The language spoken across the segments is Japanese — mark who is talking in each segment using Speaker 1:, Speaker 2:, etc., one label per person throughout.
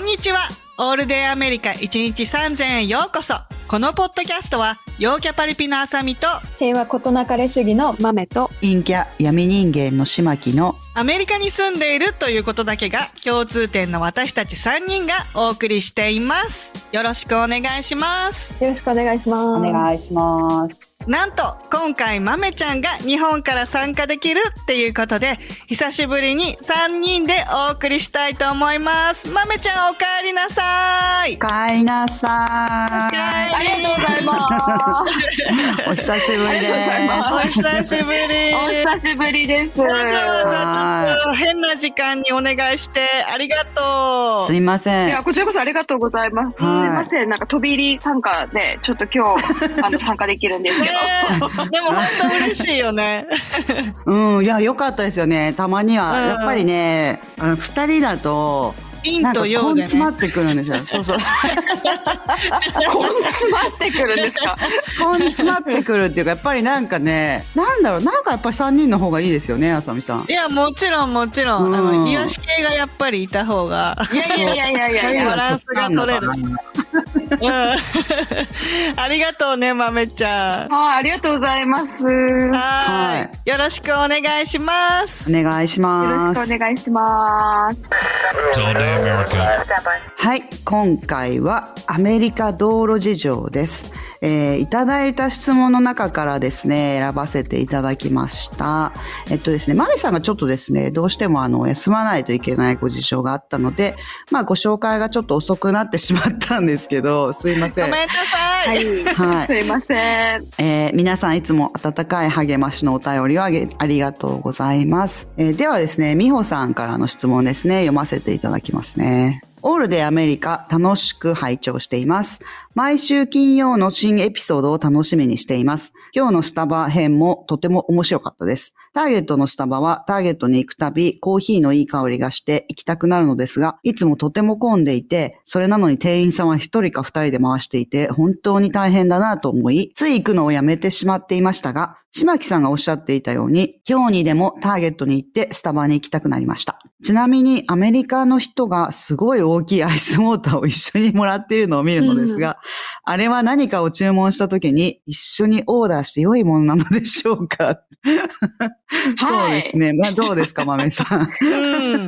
Speaker 1: にちはオールデイアメリカ1日3000円ようこそこのポッドキャストは陽キャパリピのあさみと
Speaker 2: 平和ことなかれ主義の豆と
Speaker 3: 陰キャ闇人間の島木の
Speaker 1: アメリカに住んでいるということだけが共通点の私たち3人がお送りしていますよろしくお願いします
Speaker 2: よろしくお願いしま
Speaker 3: お
Speaker 2: す。
Speaker 3: 願いします。
Speaker 1: なんと今回まめちゃんが日本から参加できるっていうことで久しぶりに3人でお送りしたいと思いますまめちゃんお帰りなさい
Speaker 3: おかえりなさ
Speaker 2: ありがとうございます。
Speaker 3: い。お久しぶりで
Speaker 2: ありがとうございます
Speaker 3: す。
Speaker 1: お久しぶり
Speaker 2: お久しぶりです。
Speaker 1: わざわざちょっと変な時間にお願いしてありがと
Speaker 3: す
Speaker 1: う。
Speaker 3: いませ
Speaker 2: い
Speaker 3: ん
Speaker 2: や、。こちらこそありがとうございます。すい
Speaker 3: はい
Speaker 2: ません。なんか飛び入り参加で、ちょっと今 日、あの、参加できるんですけ
Speaker 1: ね
Speaker 2: ど。
Speaker 1: えでも本当嬉しいよね。
Speaker 3: うん、いや、良かったですよね。たまには、
Speaker 1: うん
Speaker 3: やっぱりね、あの、二人だと、
Speaker 1: 陰
Speaker 3: なんか、
Speaker 1: と
Speaker 3: こ
Speaker 1: 陽
Speaker 3: ん
Speaker 1: で
Speaker 3: 詰
Speaker 1: ね
Speaker 3: ま。ってくるんです よ。そうそう。
Speaker 2: こんな詰まってくるんですか。
Speaker 3: こん詰まってくるっていうか、やっぱりなんかね、なんだろう、なんかやっぱり三人の方がいいですよね、あさみさん
Speaker 1: い。や、もちろんもちろん。あ
Speaker 3: う
Speaker 1: の、
Speaker 3: ん
Speaker 1: 癒し系がやっぱりいた方が。
Speaker 2: いやいやいやいやいやい
Speaker 1: バ
Speaker 2: や。
Speaker 1: ランスが取れるうん。 ありがとうね、まめちゃん。
Speaker 2: はい、ありがとうございます。よ
Speaker 1: はーい。よろしくお願いします。
Speaker 3: お願いし
Speaker 2: ろ
Speaker 3: ま
Speaker 2: し
Speaker 3: す
Speaker 2: くお。願いします。
Speaker 4: It's all day America.
Speaker 3: はい、今回はアメリカ道路事情です。えーいただいた質問の中からですね、選ばせていただきました。えっとですね、マミさんがちょっとですね、どうしてもあの、休まないといけないご事情があったので、まあご紹介がちょっと遅くなってしまったんですけど、すいませ
Speaker 1: ご
Speaker 3: ん。
Speaker 1: めんなさ。
Speaker 2: はいい。
Speaker 3: はい
Speaker 2: すいません。
Speaker 3: えー皆さんいつも温かい励ましのお便りをあげありがとうございます、えーではですね、美穂さんからの質問ですね、読ませていただきますね。オールでアメリカ楽しく拝聴しています。毎週金曜の新エピソードを楽しみにしています。今日のスタバ編もとても面白かったです。ターゲットのスタバはターゲットに行くたびコーヒーのいい香りがして行きたくなるのですが、いつもとても混んでいて、それなのに店員さんは一人か二人で回していて、本当に大変だなと思い、つい行くのをやめてしまっていましたが、島木さんがおっしゃっていたように、今日にでもターゲットに行ってスタバに行きたくなりました。ちなみにアメリカの人がすごい大きいアイスウォーターを一緒にもらっているのを見るのですが、あれは何かを注文した時に一緒にオーダーして良いものなのでしょうか、そうですね。まあどうですか、豆さん。
Speaker 1: うん。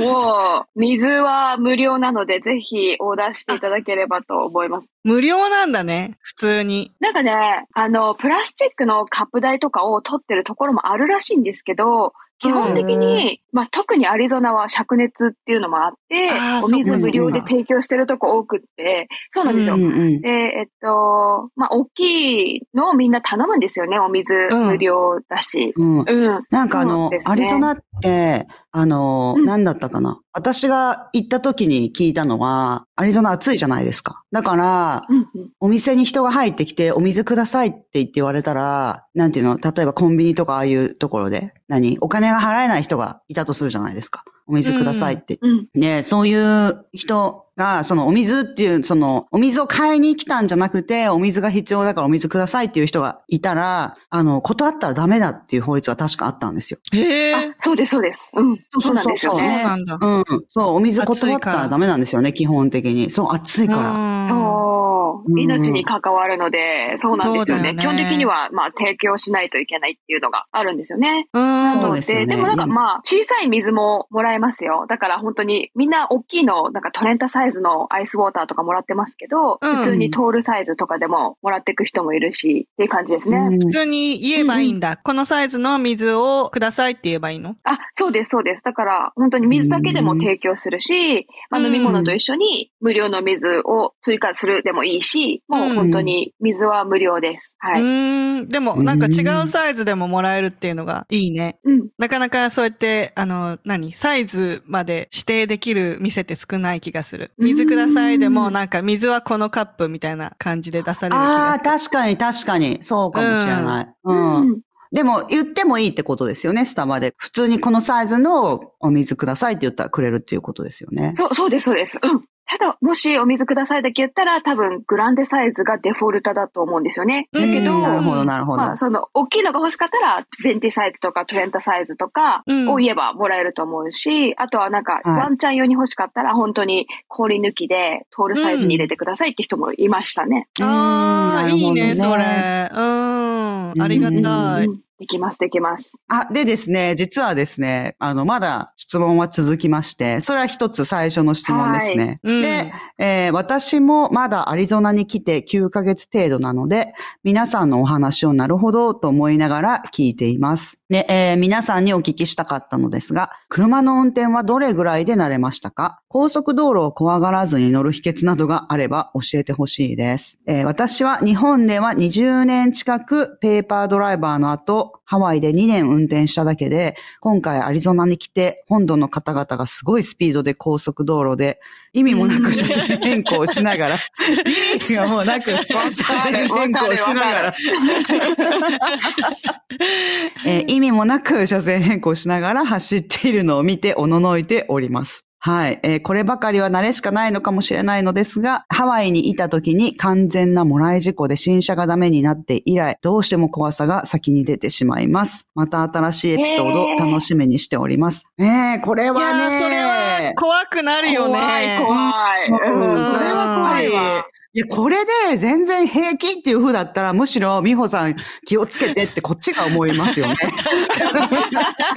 Speaker 2: もう、水は無料なので、ぜひオーダーしていただければと思います。
Speaker 1: 無料なんだね、普通に。
Speaker 2: なんかね、あの、プラスチックのカップ代とかを取ってるところもあるらしいんですけど、基本的に、まあ、特にアリゾナは灼熱っていうのもあって
Speaker 1: あー、
Speaker 2: お
Speaker 1: そ
Speaker 2: 水
Speaker 3: っか
Speaker 2: 無料で提供してるとこ多くって、そうな んですよ。
Speaker 1: うん
Speaker 2: で、えっと、まあ、大きいのをみんな頼むんですよね。お水
Speaker 1: ん
Speaker 2: 無料だし。
Speaker 3: うん。
Speaker 2: うん。
Speaker 3: なんかあ
Speaker 2: そ
Speaker 3: の、
Speaker 2: うですね
Speaker 3: アリゾナって、あの、
Speaker 2: うん
Speaker 3: 何だったかな。私が行った時に聞いたのは、アリゾナ暑いじゃないですか。だから、
Speaker 2: うんうん
Speaker 3: お店に人が入ってきて、お水くださいって言って言われたら、なんていうの、例えばコンビニとかああいうところで、何お金が払えない人がいたとするじゃないですか。お水くださいって
Speaker 2: うん。
Speaker 3: ね、そういう人が、そのお水っていう、そのお水を買いに来たんじゃなくて、お水が必要だからお水くださいっていう人がいたら、あの、断ったらダメだっていう法律が確かあったんですよ。
Speaker 1: へ
Speaker 2: あ
Speaker 1: え。、
Speaker 2: そうです、そうです。うん。そうなんですよ
Speaker 1: そう
Speaker 2: ね。
Speaker 1: なんだ
Speaker 3: うん。そう、お水
Speaker 1: 暑い
Speaker 3: 断っ
Speaker 1: か
Speaker 3: た
Speaker 1: ら
Speaker 3: らダメなんですよね、基本的に。そう、暑いから。
Speaker 1: う
Speaker 2: そうう。
Speaker 3: ん
Speaker 2: 命に関わるので、そうなんですよ
Speaker 1: そう
Speaker 2: ね。
Speaker 1: だよね
Speaker 2: 基本的には、まあ、提供しないといけないっていうのがあるんですよね。
Speaker 1: ん。
Speaker 3: そう
Speaker 1: うん。
Speaker 3: ですよね
Speaker 2: でもなんか
Speaker 3: うん
Speaker 2: まあ、小さい水ももらえますよ。だから本当に、みんな大きいの、なんかトレンタサイズのアイスウォーターとかもらってますけど、
Speaker 1: うん
Speaker 2: 普通にトールサイズとかでももらっていく人もいるし、っていう感じですね。
Speaker 3: うん
Speaker 1: 普通に言えばいいんだ。このサイズの水をくださいって言えばいいの
Speaker 2: あ、そうです、そうです。だから、本当に水だけでも提供するし、まあ、飲み物と一緒に無料の水を追加するでもいいし、もう本当に水は無料です。は
Speaker 1: う
Speaker 2: い。
Speaker 1: ーん。でも、なんか違うサイズでももらえるっていうのがいいね。
Speaker 2: うん。
Speaker 1: なかなかそうやって、あの、何サイズまで指定できる店って少ない気がする。水くださいでも、
Speaker 2: うん
Speaker 1: なんか水はこのカップみたいな感じで出される気
Speaker 3: あ
Speaker 1: が
Speaker 3: あ、
Speaker 1: する。
Speaker 3: 確かに確かに。そうかもしれない。うん。
Speaker 2: うん。
Speaker 3: でも、言ってもいいってことですよね、スタバで。普通にこのサイズのお水くださいって言ったらくれるっていうことですよね。
Speaker 2: そう、そうです、そうです。うん。ただ、もしお水くださいだけ言ったら、多分グランデサイズがデフォルトだと思うんですよね。だけど、
Speaker 1: うん
Speaker 3: なるほど、なるほど。
Speaker 2: まあ、その、大きいのが欲しかったら、ベンティサイズとかトレンタサイズとか
Speaker 1: うん
Speaker 2: を言えばもらえると思うし、あとはなんか、
Speaker 3: はい
Speaker 2: ワンちゃん用に欲しかったら、本当に氷抜きで、トールサイズに入れてくださいって人もいましたね。
Speaker 1: ああ、
Speaker 3: うん
Speaker 1: いいね、そ。
Speaker 3: なるほど
Speaker 1: れ。うん。ありが
Speaker 2: う
Speaker 1: たい。
Speaker 2: んできます、できます。
Speaker 3: あ、でですね、実はですね、あの、まだ質問は続きまして、それは一つ最初の質問ですね。
Speaker 1: うん
Speaker 3: で、えー私もまだアリゾナに来て9ヶ月程度なので、皆さんのお話をなるほどと思いながら聞いています。で、えー皆さんにお聞きしたかったのですが、車の運転はどれぐらいで慣れましたか高速道路を怖がらずに乗る秘訣などがあれば教えてほしいです。えー私は日本では20年近くペーパードライバーの後、ハワイで2年運転しただけで、今回アリゾナに来て、本土の方々がすごいスピードで高速道路で、意味もなく車線変更をしながら、 意味がもうなく、車線変更しながら、えー意味もなく車線変更しながら走っているのを見ておののいております。はい。えーこればかりは慣れしかないのかもしれないのですが、ハワイにいた時に完全なもらい事故で新車がダメになって以来、どうしても怖さが先に出てしまいます。また新しいエピソード
Speaker 2: えー
Speaker 3: 楽しみにしております。ええこれ
Speaker 1: いや
Speaker 3: はね。
Speaker 1: ーそれは怖くなるよね。
Speaker 2: 怖い、怖い。
Speaker 3: うん
Speaker 1: うん
Speaker 3: それは怖いわ。いや、これで全然平気っていう風だったら、むしろ美穂さん気をつけてってこっちが思いますよね。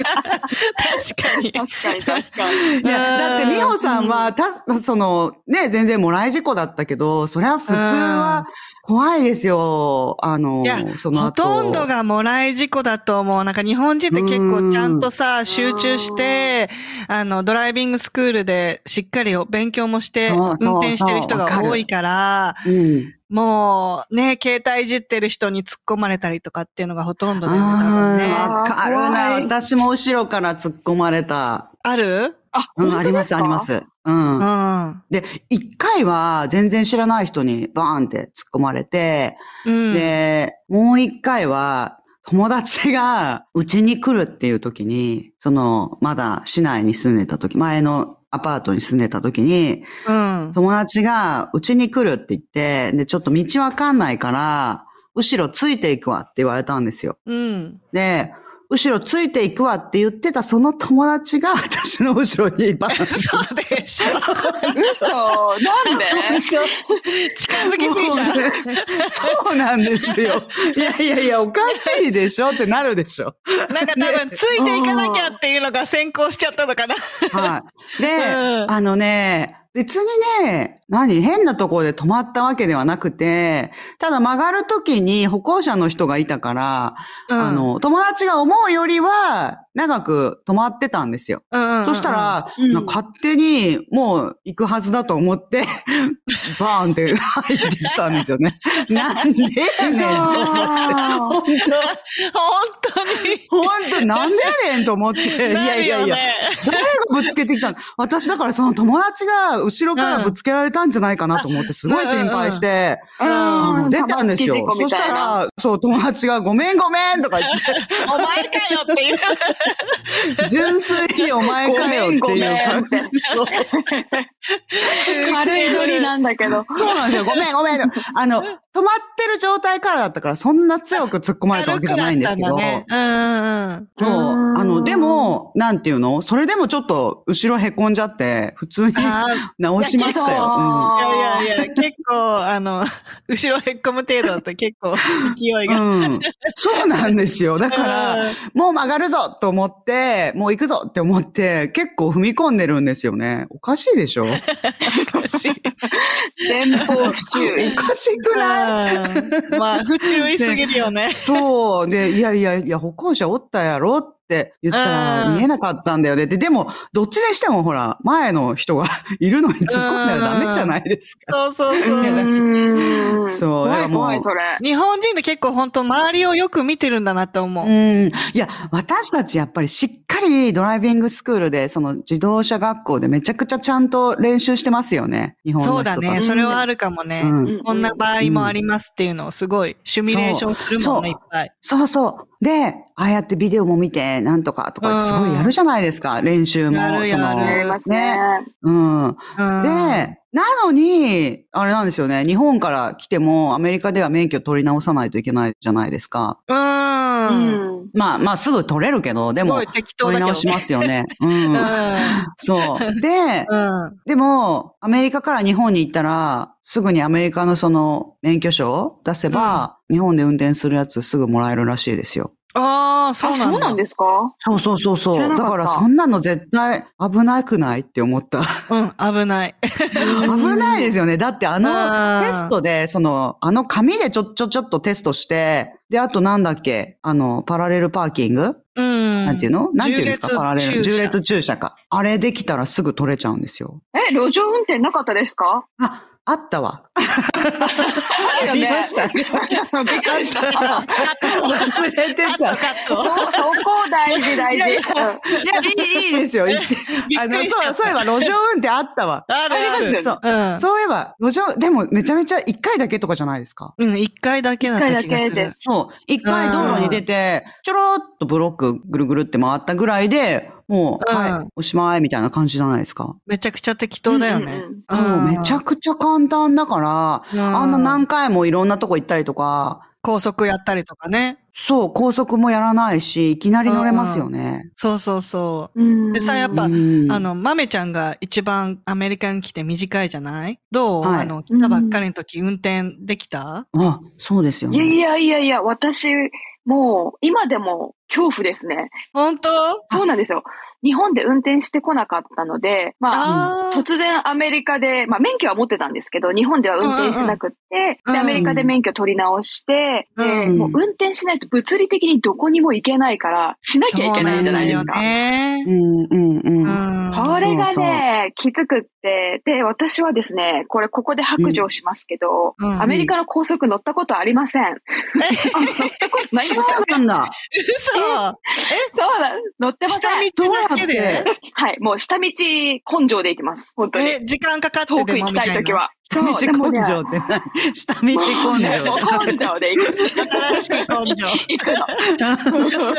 Speaker 1: 確かに。
Speaker 2: 確かに、確かに。
Speaker 3: いや、だって美穂さん
Speaker 1: う
Speaker 3: は、た、その、ね、全然もらい事故だったけど、それは普通は怖いですよ。あの
Speaker 1: いや、
Speaker 3: その
Speaker 1: ほ
Speaker 3: 後
Speaker 1: とんど。がもらい事故だと思う。なんか日本人って結構ちゃんとさ、集中して、あの、ドライビングスクールでしっかりお勉強もして、
Speaker 3: そうそうそう
Speaker 1: 運転してる人
Speaker 3: わか
Speaker 1: が
Speaker 3: る
Speaker 1: 多いから、
Speaker 3: うん。
Speaker 1: もうね、携帯いじってる人に突っ込まれたりとかっていうのがほとんどだよね、多分ね。
Speaker 3: あーわかるな。
Speaker 2: 怖い
Speaker 3: 私も後ろから突っ込まれた。
Speaker 1: ある
Speaker 2: あ、。
Speaker 3: うん、あります、ありますす。うん
Speaker 1: う。ん。
Speaker 3: で、一回は全然知らない人にバーンって突っ込まれて、
Speaker 1: うん。
Speaker 3: で、もう一回は、友達がうちに来るっていう時に、その、まだ市内に住んでた時、前のアパートに住んでた時に、
Speaker 1: うん。
Speaker 3: 友達がうちに来るって言って、で、ちょっと道わかんないから、後ろついていくわって言われたんですよ。
Speaker 1: うん。
Speaker 3: で、後ろついていくわって言ってたその友達が私の後ろにバーンって
Speaker 1: そうでしょ。
Speaker 2: 嘘、なんで
Speaker 1: 近づきすぎた。
Speaker 3: そうなんです よ。いやいやいや、おかしいでしょってなるでしょ。
Speaker 1: なんか多分、ついていかなきゃっていうのが先行しちゃったのかな。
Speaker 3: はい。で、
Speaker 1: うん
Speaker 3: あのね、別にね、何変なところで止まったわけではなくて、ただ曲がるときに歩行者の人がいたから、あ、の、友達が思うよりは長く止まってたんですよ。
Speaker 1: うん
Speaker 3: そした、ら、
Speaker 2: うん
Speaker 3: なんか勝手にもう行くはずだと思って、 バーンって入ってきたんです よね。なんで やねん
Speaker 2: 嘘
Speaker 3: と思って。本当
Speaker 1: 本当に。
Speaker 3: 本当なんでやねんと思 って。いやいやい
Speaker 1: な
Speaker 3: や、
Speaker 1: るよね
Speaker 3: 誰がぶつけてきたの私だからその友達が後ろからぶつけられたんじゃないかなと思ってすごい心配して、
Speaker 1: うん
Speaker 3: あの、出たんですよ。そした、ら、そう、友達がごめんごめんとか言っ
Speaker 1: お前かよっていう。
Speaker 3: て、純粋にお前かよっていう感
Speaker 2: ごめんごめん
Speaker 3: じ。そう
Speaker 2: 軽いノリなんだけど。
Speaker 3: そうなんですよ。ごめんごめん。あの、止まってる状態からだったから、そんな強く突っ込まれたわけじゃないんですけ
Speaker 1: 軽
Speaker 3: ど。
Speaker 1: くなったんだね
Speaker 3: そう。
Speaker 2: うん
Speaker 3: あの、でも、なんていうのそれでもちょっと、後ろへこんじゃって、普通に
Speaker 1: うんうん。あ
Speaker 3: 直しましたよ。
Speaker 1: ーいやいやいや、結構、あの、後ろへっこむ程度だと結構勢いうが。
Speaker 3: ん。うん。そうなんですよ。だから、
Speaker 1: うん
Speaker 3: もう曲がるぞと思って、もう行くぞって思って、結構踏み込んでるんですよね。おかしいでしょ
Speaker 2: 前方不注
Speaker 3: お
Speaker 2: 意。
Speaker 3: かしくない
Speaker 1: うんまあ、不注意すぎるよね。
Speaker 3: そう。で、いやいやいや、歩行者おったやろって言ったら
Speaker 1: うん
Speaker 3: 見えなかったんだよね。で、でも、どっちにしてもほら、前の人が いるのに突っ込んだらダメじゃないです
Speaker 1: そ
Speaker 3: か。
Speaker 1: うそうそう。
Speaker 3: そうだから
Speaker 2: 怖い
Speaker 3: もう
Speaker 2: 怖い、それ。
Speaker 1: 日本人って結構本当周りをよく見てるんだなって思う
Speaker 3: う。ん。いや、私たちやっぱりしっかりドライビングスクールで、その自動車学校でめちゃくちゃちゃんと練習してますよね。日本の人
Speaker 1: そうだね。
Speaker 3: とか
Speaker 1: それはあるかもね。
Speaker 3: うん
Speaker 2: うん
Speaker 1: こんな場合もありますっていうのをすごいシミュレーションするもんね、いっ
Speaker 3: そ
Speaker 1: ぱい。
Speaker 3: そうそう。で、ああやってビデオも見て、なんとかとか、すごいやるじゃないですか。練習も。
Speaker 1: やるやる
Speaker 3: その
Speaker 2: ありますね。
Speaker 3: うん。
Speaker 1: うん
Speaker 3: で、なのに、あれなんですよね。日本から来ても、アメリカでは免許取り直さないといけないじゃないですか。
Speaker 1: う。
Speaker 2: うんん。
Speaker 3: まあまあ、すぐ取れるけど、です
Speaker 1: ご
Speaker 3: も
Speaker 1: い、適当
Speaker 3: 取
Speaker 1: だけど
Speaker 3: り直しま
Speaker 1: ね。
Speaker 3: すよね。 うん。そう。で、
Speaker 1: うん。うん。
Speaker 3: でも、アメリカから日本に行ったら、すぐにアメリカのその免許証を出せば、日本で運転するやつすぐもらえるらしいですよ。
Speaker 1: ああ、そう
Speaker 2: あ、
Speaker 1: な
Speaker 2: そうんな
Speaker 1: だ
Speaker 2: ん。ですか
Speaker 3: そうそうそうそう。
Speaker 2: 知らな
Speaker 3: だ
Speaker 2: かった
Speaker 3: からそんなの絶対危なくないって思った。
Speaker 1: うん、危ない。
Speaker 3: 危ないですよね。だってあの
Speaker 1: うん
Speaker 3: テストで、その、あの紙でちょっちょちょっとテストして、で、あとなんだっけ、あの、パラレルパーキング、
Speaker 1: うん。
Speaker 3: なんていうのなんていうんですか
Speaker 1: 縦列
Speaker 3: パラレル。
Speaker 1: 駐
Speaker 3: 重
Speaker 1: 車
Speaker 3: 列駐車か。あれできたらすぐ取れちゃうんですよ。
Speaker 2: え、路上運転なかったですか
Speaker 3: あ、あったわ。
Speaker 2: あるよね
Speaker 3: ありました
Speaker 2: びっくりした。
Speaker 3: 忘れてた。
Speaker 1: カッ
Speaker 2: そ
Speaker 1: ト。
Speaker 2: う、そこ大事、大
Speaker 3: いやいや
Speaker 2: 事。うん
Speaker 3: いや、いい、いいですよ。いい
Speaker 1: び
Speaker 3: あ
Speaker 1: っく
Speaker 3: の、
Speaker 1: りしち
Speaker 3: そ
Speaker 1: ゃ
Speaker 3: う、
Speaker 1: っ
Speaker 3: そういえば路上運転あったわ。
Speaker 1: た。あるあ
Speaker 2: あります
Speaker 1: る。
Speaker 2: よね
Speaker 3: そう、そういえば、路上、でもめちゃめちゃ1回だけとかじゃないですか。
Speaker 1: うん。うん、一回だけだった気が
Speaker 2: 一回だ
Speaker 1: す
Speaker 2: けで
Speaker 1: る
Speaker 2: す。
Speaker 3: そう。一回道路に出て、ちょろっとブロックぐるぐるって回ったぐらいで、もう、
Speaker 1: うん
Speaker 3: はい、おしまいみたいな感じじゃないですか。
Speaker 1: めちゃくちゃ適当だよね。
Speaker 2: う
Speaker 3: そう、めちゃ
Speaker 1: く
Speaker 3: くちゃ簡単だから、
Speaker 1: ちゃ
Speaker 3: あんな何回もいろんなとこ行ったりとか、
Speaker 1: 高速やったりとかね。
Speaker 3: そう、高速もやらないし、いきなり乗れますよね。
Speaker 1: そうそうそう。
Speaker 2: うん
Speaker 1: でさやっぱ
Speaker 3: うん
Speaker 1: あ、の、マメちゃんが一番アメリカに来て短いじゃないどう、
Speaker 3: はい
Speaker 1: あの、来たばっかりの時運転できた、
Speaker 3: あ、そうですよ
Speaker 2: いやい
Speaker 3: ね。
Speaker 2: やいやいや、私、もう、今でも恐怖ですね。
Speaker 1: 本当
Speaker 2: そうなんですよ。日本で運転してこなかったので、まあ、
Speaker 1: あー
Speaker 2: 突然アメリカで、まあ、免許は持ってたんですけど、日本では運転してなくって、
Speaker 1: うんうん
Speaker 2: で、アメリカで免許取り直して、で、
Speaker 1: うん
Speaker 2: もう運転しないと物理的にどこにも行けないから、しなきゃいけないじゃないですか。
Speaker 1: そうなんだよね。
Speaker 3: うん、うん、うん。
Speaker 1: うん
Speaker 2: これが
Speaker 3: そうそう
Speaker 2: ね、きつくって、で、私はですね、これここで白状しますけど、
Speaker 1: うんうん
Speaker 2: アメリカの高速乗ったことありませ ん。乗ったことないんです
Speaker 3: そ
Speaker 2: よ。
Speaker 3: うなんだ。
Speaker 1: 嘘
Speaker 2: そうなん乗ってませ
Speaker 1: 下道
Speaker 2: ん。
Speaker 1: だけ
Speaker 3: どうや
Speaker 1: で
Speaker 3: って
Speaker 2: はい、もう下道根性で行きます。本当に。
Speaker 1: え、時間かかって
Speaker 2: 遠く
Speaker 1: で
Speaker 2: 行
Speaker 1: も
Speaker 2: き
Speaker 1: みたい
Speaker 2: たい
Speaker 1: な。
Speaker 2: ときは。
Speaker 3: 下道
Speaker 2: そうでもね
Speaker 3: 根性って何下道
Speaker 2: も
Speaker 3: 根
Speaker 2: うね
Speaker 3: 性。
Speaker 2: もう根性で行く。
Speaker 1: 新しい根性。
Speaker 2: 行くの。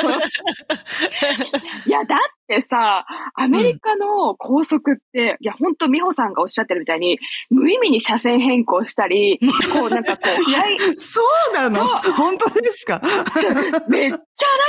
Speaker 2: いや、だってさ、アメリカの高速って、いや、ほんと、美穂さんがおっしゃってるみたいに、無意味に車線変更したり、こう、なんかこう、はい、
Speaker 3: そうなの
Speaker 2: そ
Speaker 3: 本当ですか
Speaker 2: めっちゃ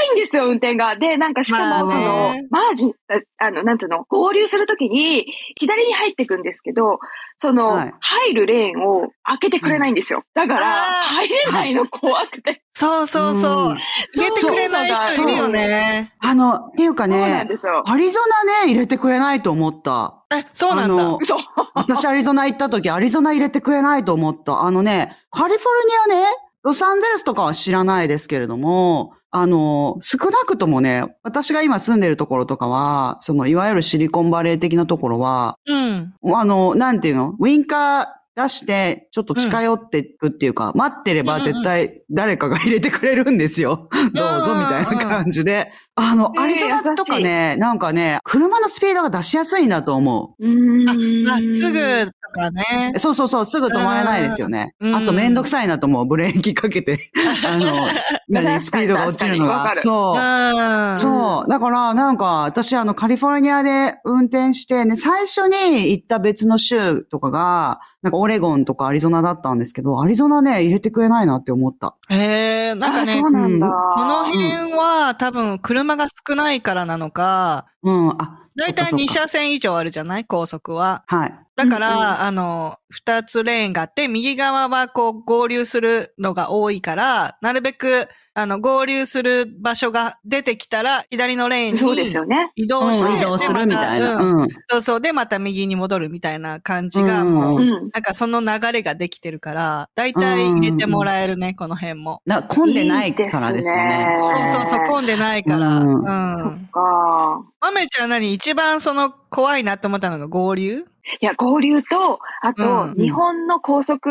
Speaker 2: 荒いんですよ、運転が。で、なんかしかも、そ
Speaker 1: まあ
Speaker 2: の
Speaker 1: ね、
Speaker 2: マージン、ああの、なんつうの、合流するときに、左に入っていくんですけど、その、
Speaker 3: はい
Speaker 2: 入るレーンを開けてくれないんですよ。だから、
Speaker 1: あー
Speaker 2: 入れないの怖くて。
Speaker 1: そうそうそう。
Speaker 3: うん
Speaker 1: 入れてくれない人いるよね。
Speaker 3: あの、っていうか
Speaker 2: そうなん
Speaker 3: ね、
Speaker 2: ですよ。
Speaker 3: アリゾナね、入れてくれないと思った。
Speaker 1: え、そうなんだ
Speaker 3: あの。
Speaker 2: 嘘。
Speaker 3: 私アリゾナ行った時、アリゾナ入れてくれないと思った。あのね、カリフォルニアね、ロサンゼルスとかは知らないですけれども、あの、少なくともね、私が今住んでるところとかは、その、いわゆるシリコンバレー的なところは、
Speaker 1: うん。
Speaker 3: あの、なんていうのウィンカー出して、ちょっと近寄っていくっていうか、待ってれば絶対誰かが入れてくれるんですよ。どうぞみたいな感じで。あの、
Speaker 2: えー
Speaker 3: アリゾナとかね、なんかね、車のスピードが出しやすいんだと思
Speaker 2: うーん
Speaker 1: まあ、すぐとかね
Speaker 3: う。。そうそうそう、すぐ止まらないですよね。
Speaker 1: うん
Speaker 3: あとめんどくさいなと思う。ブレーキかけて、あの、何スピードが落ちるの
Speaker 2: 確かにわか
Speaker 3: が。
Speaker 2: る
Speaker 1: う
Speaker 3: そう。
Speaker 1: ん。
Speaker 3: そう。だから、なんか、私、あの、カリフォルニアで運転して、ね、最初に行った別の州とかが、なんか、オレゴンとかアリゾナだったんですけど、アリゾナね、入れてくれないなって思った。
Speaker 1: へえ、なんか
Speaker 2: あ
Speaker 1: ね
Speaker 2: そう、なんだ。
Speaker 1: この辺は多分車が少ないからなのか、
Speaker 3: うん。あ、
Speaker 1: だいたい
Speaker 3: そっかそっ
Speaker 1: 2
Speaker 3: か
Speaker 1: 車線以上あるじゃない高速は。
Speaker 3: はい。
Speaker 1: だから、
Speaker 2: うんうん
Speaker 1: あの、2つレーンがあって、右側はこう合流するのが多いから、なるべく、あの、合流する場所が出てきたら、左のレーン
Speaker 2: そうです
Speaker 1: に
Speaker 2: よね。
Speaker 1: 移動して、
Speaker 3: うん移動するみたい
Speaker 1: でま
Speaker 3: な。
Speaker 1: たうん
Speaker 3: うん。
Speaker 1: そうそう。で、また右に戻るみたいな感じが、
Speaker 3: うんうんうん
Speaker 1: もう
Speaker 2: う、ん。
Speaker 1: なんかその流れができてるから、だいたい入れてもらえるね、この辺も。
Speaker 3: な混んでないからですよね。
Speaker 2: いいです
Speaker 1: そう
Speaker 2: ね
Speaker 1: そうそう、混んでないから。
Speaker 3: う
Speaker 1: うんん。
Speaker 2: そっか。
Speaker 1: マ豆ちゃん何一番その怖いなと思ったのが合流
Speaker 2: いや、合流と、あと、
Speaker 1: うん
Speaker 2: 日本の高速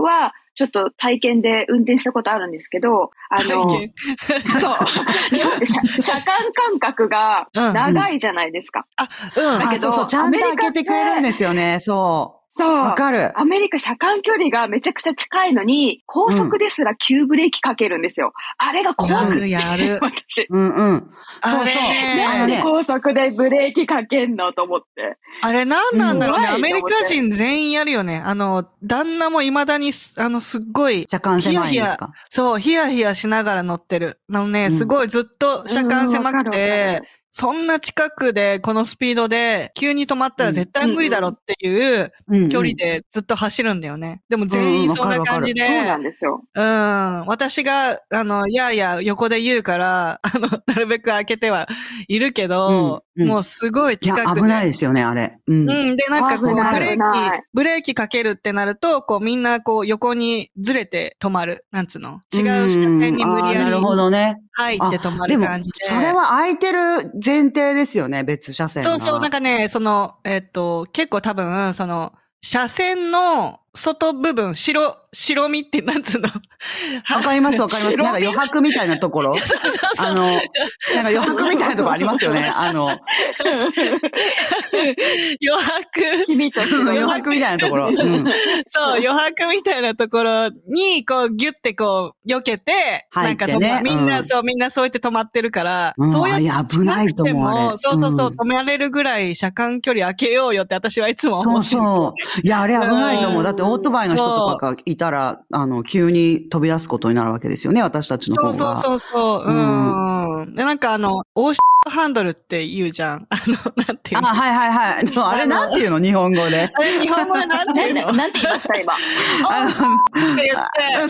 Speaker 2: は、ちょっと体験で運転したことあるんですけど、あの、
Speaker 1: 体験
Speaker 2: そう。日本って車車間間隔が
Speaker 1: うん
Speaker 2: 長いじゃないですか。
Speaker 1: うん。
Speaker 2: だ
Speaker 1: あ
Speaker 2: け
Speaker 3: あ、そ
Speaker 2: ど
Speaker 3: うそう、ちゃんと
Speaker 2: アメ
Speaker 3: 開
Speaker 2: リカ
Speaker 3: け
Speaker 2: って
Speaker 3: てくれるんですよね。そ
Speaker 2: そう。
Speaker 3: う。わかる。
Speaker 2: アメリカ車間距離がめちゃくちゃ近いのに、高速ですら急ブレーキかけるんですよ。あれが怖
Speaker 1: や
Speaker 2: く
Speaker 1: る
Speaker 2: て、
Speaker 1: やる。
Speaker 2: 私。
Speaker 3: うんうん。
Speaker 1: あれ
Speaker 3: あ
Speaker 2: な
Speaker 3: の
Speaker 2: ん
Speaker 1: ね
Speaker 3: ね
Speaker 2: で高速でブレーキかけんのと思って。
Speaker 1: あれなんなんだろうね。
Speaker 2: うん
Speaker 1: アメリカ人全員やるよね。あの、旦那も未だにす、あの、すっごい、
Speaker 3: 車間狭いん
Speaker 1: ヒ
Speaker 3: で
Speaker 1: ヤ
Speaker 3: す
Speaker 1: ヒ
Speaker 3: か
Speaker 1: そう、ヒヤヒヤしながら乗ってる。あのね、
Speaker 3: うん
Speaker 1: すごいずっと車間狭く
Speaker 2: うんわかるわ
Speaker 1: て
Speaker 2: かる、
Speaker 1: そんな近くで、このスピードで、急に止まったら絶対無理だろっていう
Speaker 3: うんうん
Speaker 1: 距離でずっと走るんだよね。でも全員そんな感じで、
Speaker 2: そうなんですよ。
Speaker 1: うん。私が、あの、やーやー横で言うから、あの、なるべく開けてはいるけど、
Speaker 3: うんうん
Speaker 1: もうすごい
Speaker 3: い
Speaker 1: 近
Speaker 3: や、
Speaker 1: くで。
Speaker 3: 危ないですよね、あれ。うん。
Speaker 1: うん。で、なんかこう、
Speaker 3: 危ない
Speaker 1: ブレー
Speaker 2: 危な
Speaker 1: キ
Speaker 2: い、
Speaker 1: ブレーキかけるってなると、こう、みんなこう、横にずれて止まる。なんつうの違う車線に無理
Speaker 3: あー
Speaker 1: や
Speaker 3: な
Speaker 1: り
Speaker 3: るほどね。
Speaker 1: 入って止ま
Speaker 3: で
Speaker 1: る
Speaker 3: も
Speaker 1: 感じ、で。
Speaker 3: それは空いてる前提ですよね、別車線が。
Speaker 1: そうそう、なんかね、その、えっと、結構多分、その、車線の外部分、白、白身って、なんつうの
Speaker 3: わかります、わかります。なんか余白みたいなと ころ。あの、なんか余白みたいなところありますよね。あの、
Speaker 1: 余白。
Speaker 2: 君と白い
Speaker 3: 余白みたいなところ。うん。
Speaker 1: そう、余白みたいなところに、こう、ギュってこう、避けて、
Speaker 3: 入ってね
Speaker 1: なんか止ま、みん
Speaker 3: う
Speaker 1: な、
Speaker 3: ん
Speaker 1: そう、みんなそうやって止まってるから、
Speaker 3: うん
Speaker 1: そうやって
Speaker 3: あいや危ないと思う
Speaker 1: しなくて
Speaker 3: あれ
Speaker 1: そうそうそう、
Speaker 3: うん
Speaker 1: 止められるぐらい車間距離開けようよって私はいつも
Speaker 3: そ
Speaker 1: 思
Speaker 3: う
Speaker 1: ってる。
Speaker 3: そう。いや、あれ危ないと思
Speaker 2: う
Speaker 3: う。
Speaker 2: ん
Speaker 3: だってオートバイの人とかがいたら、あの、急に飛び出すことになるわけですよね、私たちの方
Speaker 1: そ
Speaker 3: が。
Speaker 1: うそうそうそう、うん。で、なんかあの、オーシャンハンドルって言うじゃん。あの、なんていうの
Speaker 3: あ、はいはいはい。でもあれなんていうの日本語で。
Speaker 1: あれ、日本語で なんて
Speaker 2: な
Speaker 1: 言
Speaker 2: ん
Speaker 1: う
Speaker 2: で
Speaker 1: のっ
Speaker 2: なんて言いました、今。
Speaker 3: あの
Speaker 1: て言って、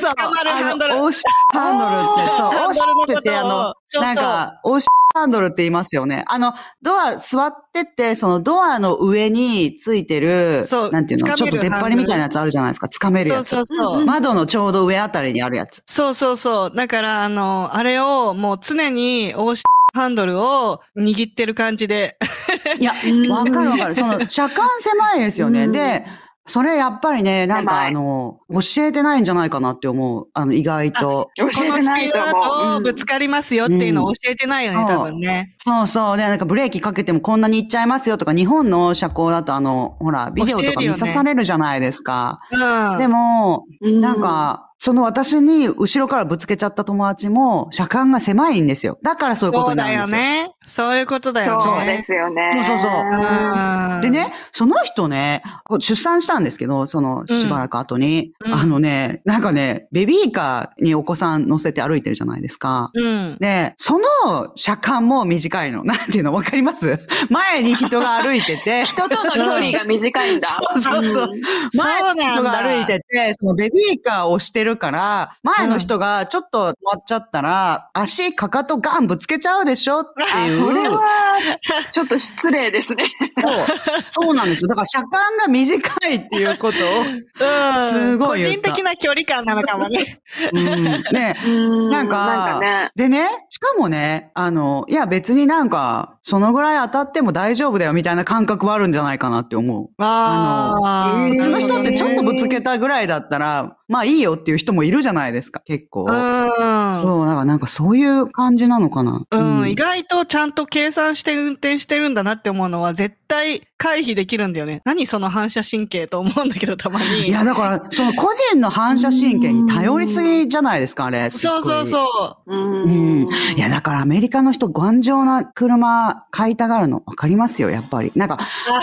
Speaker 1: 捕まるハンドル。
Speaker 3: あのオーシャンハンドルって、そう、オ
Speaker 1: ハ
Speaker 3: ー
Speaker 1: ン
Speaker 3: シ
Speaker 1: ドルのこ
Speaker 3: ャンって
Speaker 1: と
Speaker 3: 言
Speaker 1: を
Speaker 3: って、あの、
Speaker 1: そうそう
Speaker 3: なんか、オーシャンハンドルって言いますよね。あの、ドア、座ってて、そのドアの上についてる、
Speaker 1: そう
Speaker 3: なんていうの、
Speaker 1: 掴
Speaker 3: ちょ
Speaker 1: め
Speaker 3: っ
Speaker 1: る
Speaker 3: と出っ張りみたいなやつあるじゃないですか。掴める
Speaker 1: そ
Speaker 3: や
Speaker 1: う
Speaker 3: つ。
Speaker 1: そうそう。
Speaker 3: 窓のちょうど上あたりにあるやつ。
Speaker 1: そうそうそう。だから、あの、あれをもう常に、オーシャンハンドルを握ってる感じで。
Speaker 3: いや、わかるわかる。その、車間狭いですよね。
Speaker 2: うん
Speaker 3: で、それやっぱりね、なんか
Speaker 2: 狭い
Speaker 3: あの、教えてないんじゃないかなって思う。あの、意外と。
Speaker 2: 教
Speaker 1: こ
Speaker 2: え
Speaker 1: の
Speaker 2: て
Speaker 1: ス
Speaker 2: な
Speaker 1: ピ
Speaker 2: い
Speaker 1: ー
Speaker 2: と
Speaker 1: ドだ
Speaker 2: 思う。
Speaker 1: とぶつかりますよっていうのを教えてないよね、
Speaker 3: うん
Speaker 1: 多分ね。
Speaker 3: そうそう。で、なんかブレーキかけてもこんなに行っちゃいますよとか、日本の車高だとあの、ほら、ビデオと
Speaker 1: 教
Speaker 3: か
Speaker 1: えるよ
Speaker 3: 見
Speaker 1: ね
Speaker 3: さされるじゃないですか。
Speaker 1: うん。
Speaker 3: でも、
Speaker 2: うん
Speaker 3: なん、か、その私に後ろからぶつけちゃった友達も、車間が狭いんですよ。だからそういうこ
Speaker 1: そ
Speaker 3: と
Speaker 1: う
Speaker 3: にな
Speaker 1: だ
Speaker 3: るん
Speaker 1: よ
Speaker 3: ですよ。
Speaker 1: ね。そういうことだよね。
Speaker 2: そうですよね。
Speaker 3: そうそうそう
Speaker 1: うん。
Speaker 3: でね、その人ね、出産したんですけど、その、しばらく後に、
Speaker 1: うん
Speaker 3: あのね、なんかね、ベビーカーにお子さん乗せて歩いてるじゃないですか。
Speaker 1: うん。
Speaker 3: で、その車間も短いの。なんていうのわかります 前に人が歩いてて。
Speaker 2: 人との距離が短いんだ。
Speaker 3: そうそうそう。前の人が歩いてて、そのベビーカーをしてるから、前の人がちょっと止まっちゃったら、足、かかとガンぶつけちゃうでしょって
Speaker 2: あ
Speaker 3: いう。
Speaker 2: そ れは、ちょっと失礼ですね。
Speaker 3: そうそうなんですよ。だから車間が短いっていうことを、
Speaker 1: うん。
Speaker 3: すごい
Speaker 1: 個
Speaker 3: 言
Speaker 1: 人
Speaker 3: った
Speaker 1: 的な距離感なのかもね。
Speaker 3: うん、ね。なんか
Speaker 2: なんかね。
Speaker 3: でね、しかもね、あの、いや別になんか、そのぐらい当たっても大丈夫だよみたいな感覚はあるんじゃないかなって思う。あ
Speaker 1: あ
Speaker 3: う
Speaker 2: のう
Speaker 3: ち
Speaker 2: ん
Speaker 3: の人ってちょっとぶつけたぐらいだったら、まあいいよっていう人もいるじゃないですか、結構。
Speaker 1: うん。
Speaker 3: そう、だからなんかそういう感じなのかな。
Speaker 1: うん、意外とちゃんと計算して運転してるんだなって思うのは絶対回避できるんだよね。何その反射神経と思うんだけどたまに。
Speaker 3: いや、だから、その個人の反射神経に頼りすぎじゃないですか、あれ。すっご
Speaker 1: そ
Speaker 3: いう
Speaker 1: そうそう。
Speaker 3: うん。
Speaker 2: う
Speaker 3: いや、だからアメリカの人、頑丈な車買いたがるの分かりますよ、やっぱり。なんか、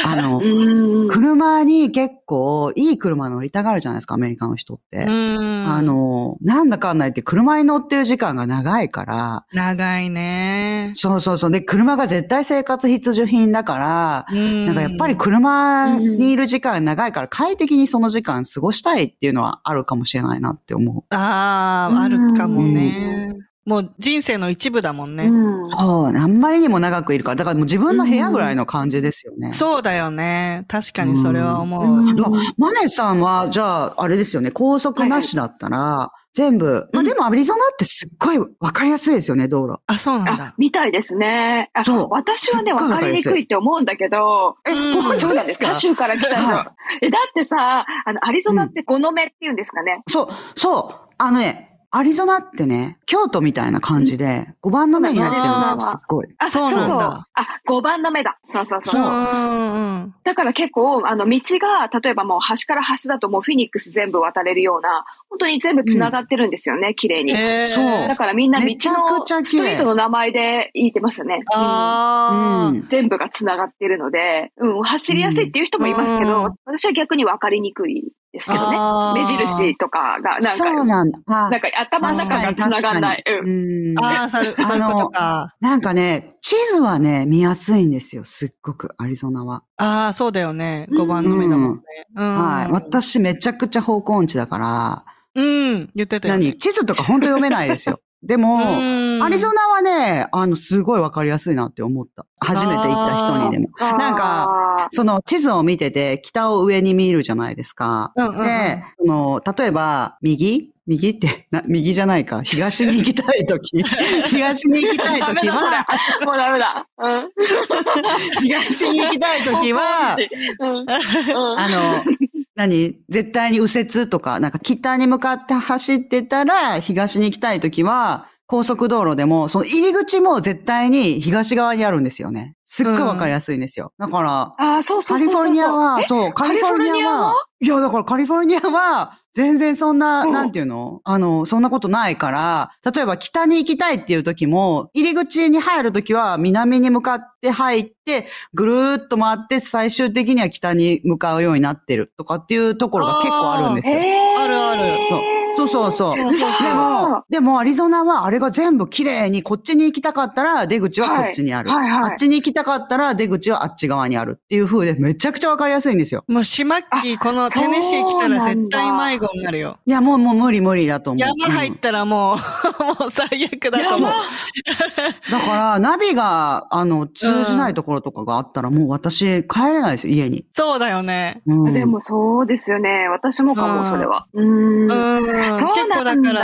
Speaker 3: あの、
Speaker 2: ん。
Speaker 3: 車に結構いい車乗りたがるじゃないですか、アメリカの人って。
Speaker 1: うん。
Speaker 3: あ、の、なんだかんないって車に乗ってる時間が長いから、
Speaker 1: 長いね。
Speaker 3: そうそうそう。で、車が絶対生活必需品だから、
Speaker 1: うん。
Speaker 3: なんかやっぱり車にいる時間長いから快適にその時間過ごしたいっていうのはあるかもしれないなって思
Speaker 1: ああ、あるかもね。もう人生の一部だもんね。
Speaker 2: うん
Speaker 3: う。そう、あんまりにも長くいるから、だからもう自分の部屋ぐらいの感じですよね。
Speaker 1: そうだよね。確かにそれは思う。
Speaker 2: うん
Speaker 3: まあマネさんは、じゃあ、あれですよね、高速なしだったら、全部。ま
Speaker 2: う
Speaker 3: あ、
Speaker 2: ん
Speaker 3: でもアリゾナってすっごいわかりやすいですよね、道路。
Speaker 1: あ、そうなん
Speaker 2: あ
Speaker 1: だ、。
Speaker 2: みたいですね。あ
Speaker 3: そう
Speaker 2: 私はね、
Speaker 3: すっご
Speaker 2: わ
Speaker 3: い
Speaker 2: かりにくいって思うんだけど、
Speaker 3: え、
Speaker 1: うん
Speaker 3: 本
Speaker 2: そうな
Speaker 3: 当で
Speaker 2: んですす
Speaker 3: か
Speaker 2: か州から来たの。
Speaker 3: は
Speaker 2: え、だってさ、あの、アリゾナって5の目って言うんですかね。
Speaker 3: そう、そう。あのね、アリゾナってね、京都みたいな感じで、5番の目になってるんですよ、
Speaker 2: あー
Speaker 3: すっごい。
Speaker 2: あ、
Speaker 1: そうなんだ
Speaker 2: あ、5番の目だ。そうそうそ
Speaker 3: そ
Speaker 2: う。
Speaker 3: う
Speaker 1: うんうんうん。
Speaker 2: だから結構、あの、道が、例えばもう端から端だともうフェニックス全部渡れるような、本当に全部繋がってるんですよね、綺麗に。
Speaker 1: へー
Speaker 3: そう
Speaker 2: だからみんな道
Speaker 3: めちゃく
Speaker 2: の
Speaker 3: ちゃ綺麗
Speaker 2: ストリートの名前で言ってますね。
Speaker 1: あ
Speaker 3: う
Speaker 1: ー
Speaker 3: ん。
Speaker 2: 全部が繋がってるので、うん、走りやすいっていう人もいますけど、
Speaker 1: うん
Speaker 2: 私は逆に分かりにくいですけどね。
Speaker 1: あー
Speaker 2: 目印とかが、なんか、
Speaker 3: そう
Speaker 2: な
Speaker 3: なんだ。あ
Speaker 2: んか頭の
Speaker 3: 確
Speaker 2: 中
Speaker 3: か
Speaker 2: が
Speaker 3: に確
Speaker 2: 繋が
Speaker 3: か
Speaker 2: ん
Speaker 3: に
Speaker 2: ない。うん
Speaker 3: うん
Speaker 1: あー、そういうそういうことか。
Speaker 3: なんかね、地図はね、見やすいんですよ、すっごく、アリゾナは。
Speaker 1: ああ、そうだよね。5番の目だもんね。うん
Speaker 3: はい。私、めちゃくちゃ方向音痴だから、
Speaker 1: うん、言ってたよ、ね。
Speaker 3: 何地図とか本当読めないです よ。でも、アリゾナはね、あの、すごいわかりやすいなって思った。初めて行った人にでも。なんか、その地図を見てて、北を上に見るじゃないですか。
Speaker 1: うんうんうん
Speaker 3: で、その、例えば、右右って、な右じゃないか。東に行きたいと き。東に行きたいときは、
Speaker 2: あーもうダメだ。うん。
Speaker 3: 東に行きたいときは、
Speaker 2: うん、うん。
Speaker 3: あの、何絶対に右折とか、なんか北に向かって走ってたら、東に行きたいときは、高速道路でも、その入り口も絶対に東側にあるんですよね。すっごいわかりやすいんですよ。だから、
Speaker 2: あー、そうそ
Speaker 3: カリ
Speaker 2: うそうそう。
Speaker 3: フォルニアは、
Speaker 2: え
Speaker 3: そう、カリフォルニアは、いや、だからカリフォルニアは、全然そんな、
Speaker 2: うん
Speaker 3: なんていうのあの、そんなことないから、例えば北に行きたいっていう時も、入り口に入る時は南に向かって入って、ぐるーっと回って最終的には北に向かうようになってるとかっていうところが結構あるんですよ。
Speaker 2: えー
Speaker 1: あるある
Speaker 3: そうそうそう。
Speaker 1: そうそうそう
Speaker 3: でも、でもアリゾナはあれが全部綺麗に、こっちに行きたかったら出口はこっちにある。
Speaker 2: はいはいはい
Speaker 3: あっちに行きたかったら出口はあっち側にあるっていう風でめちゃくちゃわかりやすいんですよ。
Speaker 1: もう島っき、このテネシー来たら絶対迷子になるよ。
Speaker 3: いや、もうもう無理無理だと思う。
Speaker 1: 山入ったらもう、 もう最悪だと思う。
Speaker 2: 山
Speaker 3: うんだから、ナビが、あの、通じないところとかがあったら、もう私帰れないですよ、家に。
Speaker 1: そうだよね。
Speaker 3: うん
Speaker 2: でもそうですよね。私もか
Speaker 1: うん
Speaker 2: も、それは。うーん。
Speaker 1: うん。
Speaker 2: そう
Speaker 1: 結構
Speaker 2: な
Speaker 1: だ
Speaker 2: ん
Speaker 1: から、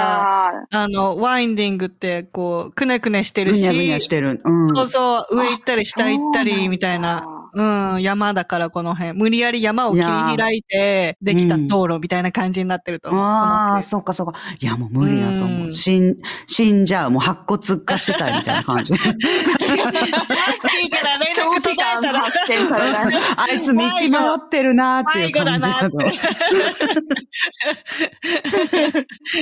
Speaker 2: だ。
Speaker 1: あの、ワインディングって、こう、くねくねして
Speaker 3: ぐ
Speaker 1: るし、
Speaker 3: にゃぐにゃしてる。うん。
Speaker 1: そうそう、上行ったり下行ったり、みたいな。うん、山だからこの辺。無理やり山を切り開いて、できた道路みたいな感じになってると思う。
Speaker 3: ああ、そうかそうか。いや、もう無理だと思
Speaker 1: う
Speaker 3: う。
Speaker 1: ん
Speaker 3: 死ん、死んじゃう。もう白骨化してたいみたいな感じ。
Speaker 1: 聞いたら連
Speaker 2: 長
Speaker 1: 絡途絶
Speaker 2: 期
Speaker 1: え
Speaker 2: 間
Speaker 1: たら、
Speaker 2: 発見されない。
Speaker 3: あいつ道迷ってるなーっていう感じだと。
Speaker 1: 迷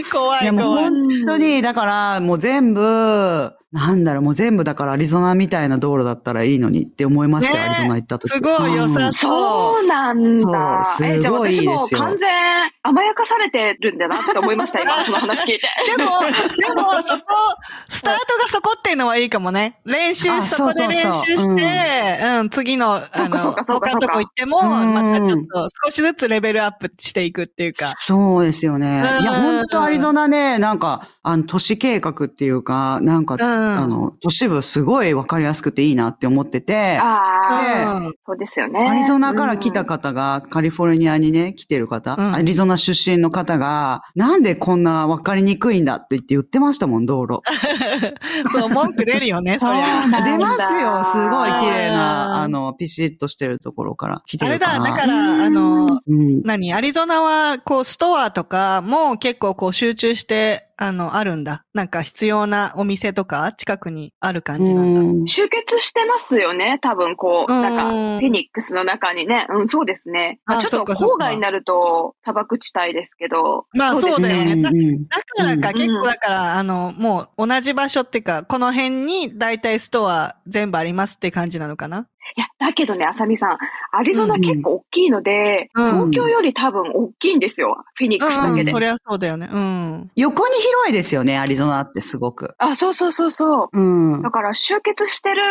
Speaker 1: 子怖
Speaker 3: い
Speaker 1: い
Speaker 3: や、もう
Speaker 1: 怖い。
Speaker 3: 本当に、だから、もう全部、なんだろう、もう全部だからアリゾナみたいな道路だったらいいのにって思いました
Speaker 1: ね
Speaker 3: よ、
Speaker 1: え
Speaker 3: アリゾナ行った時。
Speaker 1: すごい良さ
Speaker 3: うん
Speaker 2: そうなんだ。
Speaker 3: そう
Speaker 2: え、じゃあ
Speaker 3: すごいです
Speaker 2: 私
Speaker 3: よ
Speaker 2: もう完全甘やかされてるんだなって思いまし た、今、その話聞いて。
Speaker 1: でも、でも、そこ、スタートがそこっていうのはいいかもね。練習
Speaker 3: あ、
Speaker 1: そこ
Speaker 3: そ
Speaker 1: で
Speaker 3: うそう
Speaker 1: 練
Speaker 3: そう
Speaker 1: 習して、うん、次の、あ
Speaker 2: そっ
Speaker 1: の、
Speaker 2: かそっかそっか
Speaker 1: 他のとこ行っても、
Speaker 3: うん
Speaker 1: またちょっと少しずつレベルアップしていくっていうか。
Speaker 3: そうですよね。
Speaker 1: うん
Speaker 3: いや、本当アリゾナね、なんか、あの、都市計画っていうか、なんか、
Speaker 1: うん
Speaker 3: あの、都市部すごいわかりやすくていいなって思ってて、
Speaker 2: ああ、
Speaker 1: うん
Speaker 2: そうですよね。
Speaker 3: アリゾナから来た方が、カリフォルニアにね、来てる方、
Speaker 1: うん
Speaker 3: アリゾナ出身の方が、なんでこんなわかりにくいんだって言って言ってましたもん、道路。
Speaker 1: そう、文句出るよ ね、そりゃ。
Speaker 2: なんだ
Speaker 3: 出ますよ、すごい綺麗
Speaker 1: うん
Speaker 3: な、あの、ピシッとしてるところから来て
Speaker 1: あれ
Speaker 3: るか
Speaker 1: だ、
Speaker 3: ら。
Speaker 1: だから、
Speaker 2: うん
Speaker 1: あの、
Speaker 3: うん。
Speaker 1: 何アリゾナは、こう、ストアとかも結構こう集中して、あの、あるんだ。なんか必要なお店とか近くにある感じなんだ。
Speaker 3: うん
Speaker 2: 集結してますよね、多分こう、
Speaker 1: うん
Speaker 2: なんか、フェニックスの中にね。うん、そうですね。ま
Speaker 1: あ
Speaker 2: あ、ち
Speaker 1: そ
Speaker 2: ょ
Speaker 1: っ
Speaker 2: っ
Speaker 1: か
Speaker 2: と
Speaker 1: そっか
Speaker 2: 郊外になると砂漠地帯ですけど。
Speaker 1: まあそうだよね。だ
Speaker 3: うんうん
Speaker 1: だからか、
Speaker 2: うん
Speaker 1: 結構だから、あの、もう同じ場所っていうか、この辺に大体ストア全部ありますって感じなのかな。
Speaker 2: いや、だけどね、あさみさん、アリゾ
Speaker 3: う
Speaker 2: ナ
Speaker 3: んうん
Speaker 2: 結構大きいので、
Speaker 1: うん
Speaker 2: 東京より多分大きいんですよ、フェニックスだ
Speaker 1: う
Speaker 2: け
Speaker 1: ん、
Speaker 2: で。
Speaker 1: そりゃそうだよね。うん。
Speaker 3: 横に広いですよね、アリゾナってすごく。
Speaker 2: あ、そうそうそうそう。
Speaker 3: うん
Speaker 2: だ。から集結してる、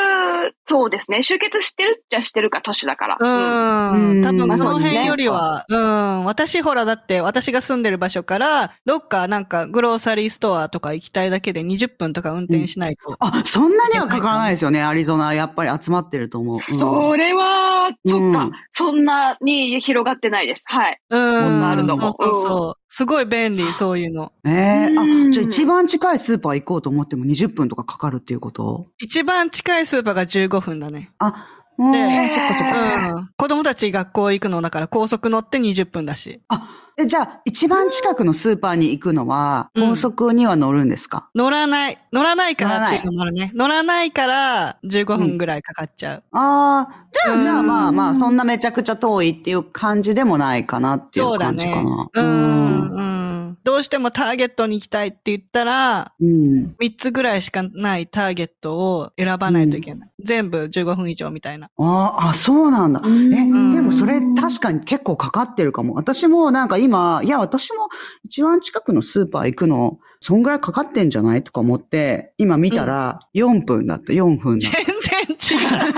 Speaker 2: そうですね。集結してるっちゃしてるか、都市だから。
Speaker 1: う
Speaker 2: うん
Speaker 1: ん。
Speaker 3: うん
Speaker 1: 多分こ
Speaker 2: まあ
Speaker 1: の
Speaker 2: そうですね
Speaker 1: 辺よりは、うん。私ほら、だって私が住んでる場所から、どっかなんかグローサリーストアとか行きたいだけで20分とか運転しないと。
Speaker 3: あ、そんなにはかからないですよね、アリゾナ。やっぱり集まってると思う。うん
Speaker 2: それは、ああ、そっか、
Speaker 3: うん
Speaker 2: そんなに広がってないです。はい。
Speaker 1: うん
Speaker 3: んなあるの
Speaker 2: も
Speaker 1: そうそうそう。すごい便利、そういうの。
Speaker 3: ええ
Speaker 2: うん
Speaker 3: あ、じゃあ一番近いスーパー行こうと思っても20分とかかかるっていうこと
Speaker 1: 一番近いスーパーが15分だね。
Speaker 3: あ、うん、
Speaker 1: ね
Speaker 3: そっかそっ
Speaker 1: う
Speaker 3: か。
Speaker 1: ん。子供たち学校行くのだから高速乗って20分だし。
Speaker 3: あ、えじゃあ一番近くのスーパーに行くのは、
Speaker 1: うん
Speaker 3: 高速には乗るんですか、
Speaker 1: 乗らない。乗らないからっていうのもあるね。乗らないから15分ぐらいかかっちゃう。
Speaker 3: ああ、じ
Speaker 1: う
Speaker 3: ゃあ、
Speaker 1: ん
Speaker 3: じゃあまあまあ、そんなめちゃくちゃ遠いっていう感じでもないかなってい
Speaker 1: そう
Speaker 3: う
Speaker 1: だ
Speaker 3: 感じ
Speaker 1: ね
Speaker 3: かな。。
Speaker 1: うん。うんどうしてもターゲットに行きたいって言ったら、
Speaker 3: うん。うん。
Speaker 1: 3つぐらいしかないターゲットを選ばないといけない。全部15分以上みたいな。
Speaker 3: あーあ、そうなんだ。
Speaker 2: うん
Speaker 3: え、でもそれ確かに結構かかってるかも。私もなんか今、いや私も一番近くのスーパー行くの、そんぐらいかかってんじゃないとか思って、今見たら4分だった、4分だった。
Speaker 1: 全然違う。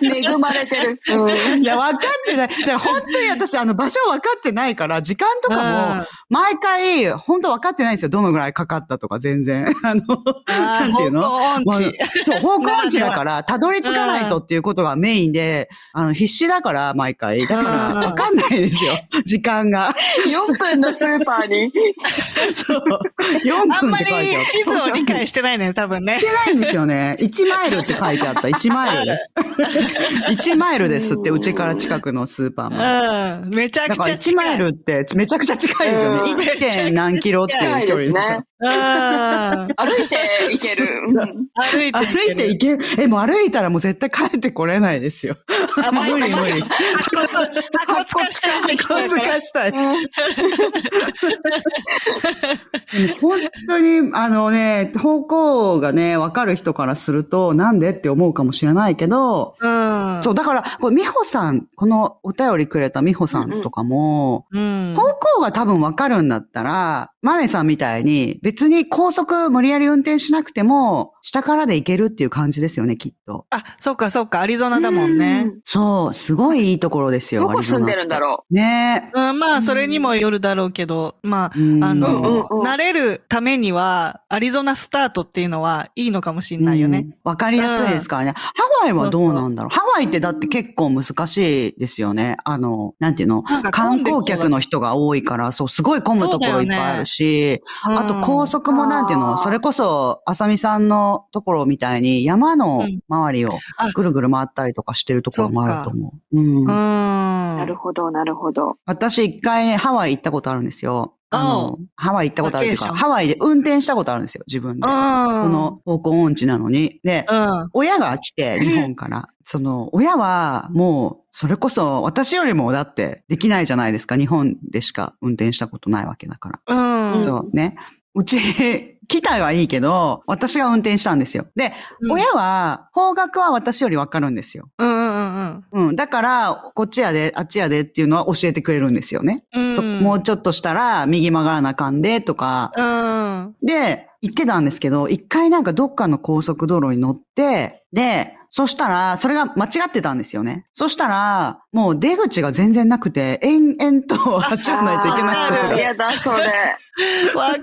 Speaker 2: 恵まれてる。 う ん
Speaker 3: いや、分かってない。だから本当に私、あの、場所分かってないから、時間とかも、毎回、本当分かってないんですよ。どのぐらいかかったとか、全然。 あの、
Speaker 1: あ
Speaker 3: なん
Speaker 1: ー
Speaker 3: ていうの
Speaker 1: 方向
Speaker 3: まあ
Speaker 1: 音痴。
Speaker 3: そう、方向音痴だから、たどり着かないとっていうことがメインで、あの、必死だから、毎回。だから、
Speaker 1: うん
Speaker 3: わかんないですよ。時 間が。
Speaker 2: 4分のスーパーに。
Speaker 3: そう。4
Speaker 1: あん
Speaker 3: 分っ
Speaker 1: ま
Speaker 3: て
Speaker 1: り
Speaker 3: 書いてあっ
Speaker 1: 地図を理解してないのよ、多分ね
Speaker 3: た。。してないんですよね。1マイルって書いてあった。1マイ ルです。1マイルですって、うちから近くのスーパーまで。
Speaker 1: うん。めちゃ
Speaker 3: だ
Speaker 1: く
Speaker 3: か
Speaker 1: ち
Speaker 3: ら
Speaker 1: ゃ
Speaker 3: 1
Speaker 1: 近い。
Speaker 3: マイルってめちゃくちゃ近いですよね。
Speaker 2: うん
Speaker 3: 1. 点何キロっていう距離ですよ。
Speaker 1: うん。
Speaker 2: 歩いて行ける。うん
Speaker 1: 歩いて
Speaker 3: 歩いて
Speaker 1: い
Speaker 3: いける。え、もう歩いたらもう絶対帰ってこれないですよ。
Speaker 1: あ
Speaker 3: 無理無理。
Speaker 1: 白骨、白骨化してるって聞こえ
Speaker 3: 恥
Speaker 1: る
Speaker 3: ず
Speaker 1: から
Speaker 3: かしたい。
Speaker 2: うん
Speaker 3: でも本当に、あのね、方向がね、わかる人からすると、なんでって思うかもしれないけど、
Speaker 1: うん。
Speaker 3: そう、だから、これ、美穂さん、このお便りくれた美穂さんとかも、
Speaker 1: うん。
Speaker 3: 方向が多分わかるんだったら、マメさんみたいに、別に高速無理やり運転しなくても、下からで行けるっていう感じですよね、きっと。
Speaker 1: あ、そうかそうか、アリゾナだもんね。
Speaker 3: そう、すごいいいところですよ。
Speaker 2: どこ住んでるんだ
Speaker 3: う。
Speaker 2: ろ
Speaker 3: ね
Speaker 1: うん、まあ、それにもよるだろうけど、まあ、
Speaker 3: え。うん
Speaker 1: あ
Speaker 2: う。うん
Speaker 1: の、
Speaker 2: うんうん。
Speaker 1: 慣れるためには、アリゾナスタートっていうのはいいのかもしれないよね。
Speaker 3: うん。わ、かりやすいですからね。ハワイはどうなんだろうハワイってだって結構難しいですよね。あの、なんていうの
Speaker 1: なんか
Speaker 3: 観
Speaker 1: 混んでそう
Speaker 3: 光
Speaker 1: だ
Speaker 3: 客の人が多いから、そう、すごい混むとこ
Speaker 1: そうだよ
Speaker 3: ろい
Speaker 1: ね
Speaker 3: っぱいあるし、あと高
Speaker 1: 速。
Speaker 3: 速もなんていう
Speaker 2: あ
Speaker 3: の
Speaker 2: ー
Speaker 3: それこそ、あさみさんのところみたいに山の周りを
Speaker 1: あ
Speaker 3: ぐるぐる回ったりとかしてるところもあると思う。うん。
Speaker 1: うん。
Speaker 2: な
Speaker 1: な
Speaker 2: るほど、なるほど。
Speaker 3: 私一回ね、ハワイ行ったことあるんですよ。あの、ハワイ行ったことあるっていう
Speaker 1: バケーショ
Speaker 3: か、
Speaker 1: ン
Speaker 3: ハワイで運転したことあるんですよ、自分で。この方向音痴なのに。で、
Speaker 1: うん。
Speaker 3: 親が来て、日本から。その、親は、もう、それこそ、私よりも、だって、できないじゃないですか。日本でしか運転したことないわけだから。
Speaker 1: うん。うん。
Speaker 3: そうね。うち、 来たはいいけど、私が運転したんですよ。で、親は、方角は私よりわかるんですよ。
Speaker 1: うんうん
Speaker 3: うん。だから、こっちやで、あっちやでっていうのは教えてくれるんですよね。
Speaker 1: うん。
Speaker 3: そ
Speaker 1: うん。
Speaker 3: もうちょっとしたら、右曲がらなあかんで、とか、
Speaker 1: うん。
Speaker 3: で、行ってたんですけど、一回なんかどっかの高速道路に乗って、で、そしたら、それが間違ってたんですよね。そしたら、もう出口が全然なくて、延々と 走らないといけない
Speaker 1: あ
Speaker 3: 時
Speaker 1: ー
Speaker 3: が。
Speaker 2: やだ、それ。
Speaker 1: わか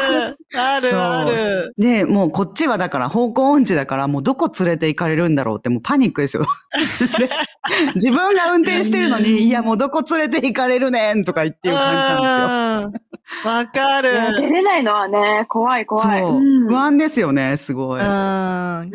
Speaker 1: る。あ
Speaker 3: そう
Speaker 1: るある。
Speaker 3: で、もうこっちはだから方向音痴だから、もうどこ連れて行かれるんだろうって、もうパニックですよ。で自分が運転してるのに、いやもうどこ連れて行かれるねんとか言っていう感じな
Speaker 1: なん
Speaker 3: んですよ。
Speaker 1: ですよ。わかる
Speaker 2: い。や出れないのは ね、怖い怖い。
Speaker 3: そうう。
Speaker 2: ん
Speaker 3: 不安ですよね、すごい。
Speaker 1: うん。
Speaker 2: うん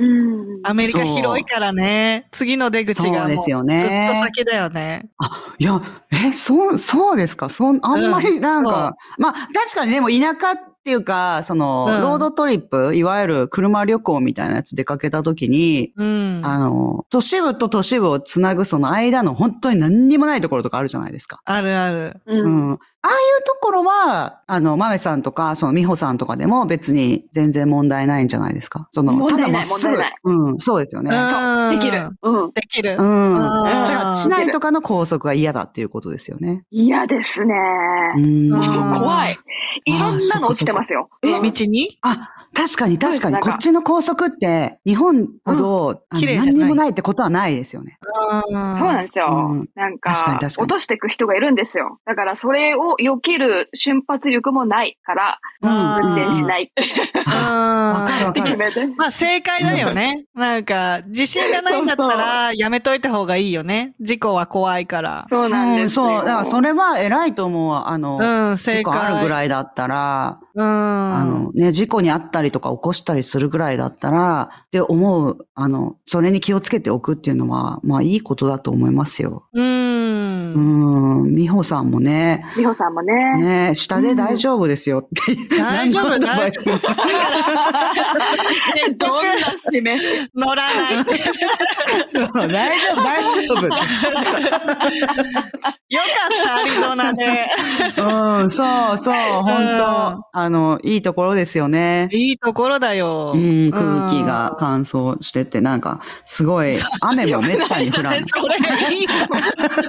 Speaker 1: アメリカ広いからね。次の出口
Speaker 3: そ
Speaker 1: が
Speaker 3: うで
Speaker 1: もう
Speaker 3: す
Speaker 1: ずっ
Speaker 3: よ
Speaker 1: と
Speaker 3: ね
Speaker 1: 先だよね。
Speaker 3: いや、え、そう、そうですかそん、あんま
Speaker 1: う
Speaker 3: り
Speaker 1: ん
Speaker 3: なんか、まあ、確かにでも田舎っていうか、その、
Speaker 1: うん
Speaker 3: ロードトリップ、いわゆる車旅行みたいなやつ出かけた時に、
Speaker 1: うん。
Speaker 3: あの、都市部と都市部をつなぐその間の本当に何にもないところとかあるじゃないですか。
Speaker 1: あるある。
Speaker 2: う。
Speaker 3: うんん。ああいうところは、あの、まめさんとか、その、みほさんとかでも別に全然問題ないんじゃないですか。その、
Speaker 2: 問
Speaker 3: た
Speaker 2: 題な
Speaker 3: だ
Speaker 2: い
Speaker 3: まっすぐ
Speaker 2: 問題ない。
Speaker 3: うん、そうですよね。
Speaker 1: うん
Speaker 2: できる。。うん。
Speaker 1: できる
Speaker 3: う。ん。だ
Speaker 1: あー
Speaker 3: から、市内とかの高速が嫌だっていうことですよね。
Speaker 2: 嫌ですね。
Speaker 3: うん
Speaker 1: ん
Speaker 2: もう怖い。いろんなの落ちてますよ。
Speaker 1: え、
Speaker 2: うん
Speaker 1: 道に
Speaker 3: あ、確かに確かに、
Speaker 2: なん
Speaker 3: こ
Speaker 2: か
Speaker 3: っちの高速って、日本ほど、あの
Speaker 1: 綺麗じゃない
Speaker 3: 何にもないってことはないですよね。
Speaker 1: う
Speaker 2: そうなんですよ。
Speaker 3: うん
Speaker 2: なんか
Speaker 3: 確かに確かに
Speaker 2: 落としていく人がいるんですよ。だから、それを避ける瞬発力もないから、
Speaker 1: うん
Speaker 2: 運転しない。
Speaker 3: わかるわ
Speaker 2: って
Speaker 3: かる。
Speaker 2: 決めて。
Speaker 1: まあ正解だよね。なんか、自信がないんだったら、やめといた方がいいよね。事故は怖いから。
Speaker 2: そうなん
Speaker 3: う
Speaker 2: で
Speaker 3: ん、
Speaker 2: すよ。
Speaker 3: そう。だからそれは偉いと思うわ。あの、
Speaker 1: うん、
Speaker 3: 事
Speaker 1: 正
Speaker 3: 故
Speaker 1: 解。
Speaker 3: あるぐ
Speaker 1: い。
Speaker 3: らいだったら、
Speaker 1: うん。
Speaker 3: あのね、事故にあったりとか起こしたりするぐらいだったら、って思う、あの、それに気をつけておくっていうのは、まあいいことだと思いますよ。
Speaker 1: う。
Speaker 3: うんん、美穂さんもね、
Speaker 2: 美穂さんもね。
Speaker 3: ね、下で大丈夫ですよって、
Speaker 1: 大丈夫
Speaker 3: 何のアドバ
Speaker 1: 大
Speaker 3: イス
Speaker 1: 丈
Speaker 3: も
Speaker 1: 夫。だから、結
Speaker 2: どん
Speaker 1: 局
Speaker 2: な締め
Speaker 1: 乗らない。
Speaker 3: そう、大丈夫、大丈
Speaker 1: よかった、アリゾナで。
Speaker 3: 夫。うん、そうそう、本当あの、いいところですよね。
Speaker 1: いいところだよ。
Speaker 3: うん、空気が乾燥してて、なんか、すごい、雨もめったに降らない。
Speaker 1: それ いいよ。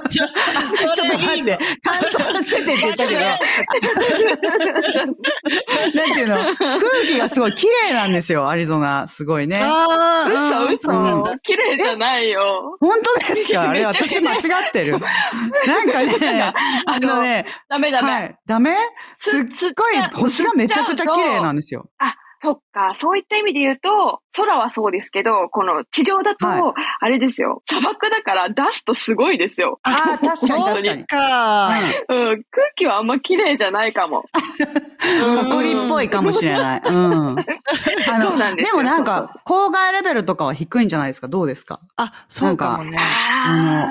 Speaker 1: ちょ
Speaker 3: ちょっと待って、乾燥しててって言ったけど、なんていうの、空気がすごい綺麗なんですよ、アリゾナ。すごいね。
Speaker 1: あ
Speaker 3: う
Speaker 2: 嘘
Speaker 3: ん
Speaker 2: 嘘。綺麗じゃないよ。
Speaker 3: 本当ですかあれ、
Speaker 2: めちゃくち
Speaker 3: 私
Speaker 2: ゃ
Speaker 3: 間違ってる。なんかね、あのね、
Speaker 2: ダメダメ。
Speaker 3: はい、ダメ
Speaker 2: つ
Speaker 3: すっごい
Speaker 2: つっちゃう
Speaker 3: 星がめちゃくちゃ綺麗なんですよ。
Speaker 2: そっか、そういった意味で言うと、空はそうですけど、この地上だと、
Speaker 3: は
Speaker 2: あれですよ、砂漠だから出すとすごいですよ。
Speaker 3: ああ、確かに
Speaker 1: そ
Speaker 3: 確か
Speaker 1: う
Speaker 3: に。
Speaker 1: か。
Speaker 2: うん、空気はあんま綺麗じゃないかも。
Speaker 3: うん、埃っぽいかもしれない。うん。あの
Speaker 2: そうなんですよ
Speaker 3: もなん
Speaker 2: そうそう
Speaker 3: か、郊外レベルとかは低いんじゃないですかどうですか
Speaker 1: あ、そうかもね。
Speaker 2: あ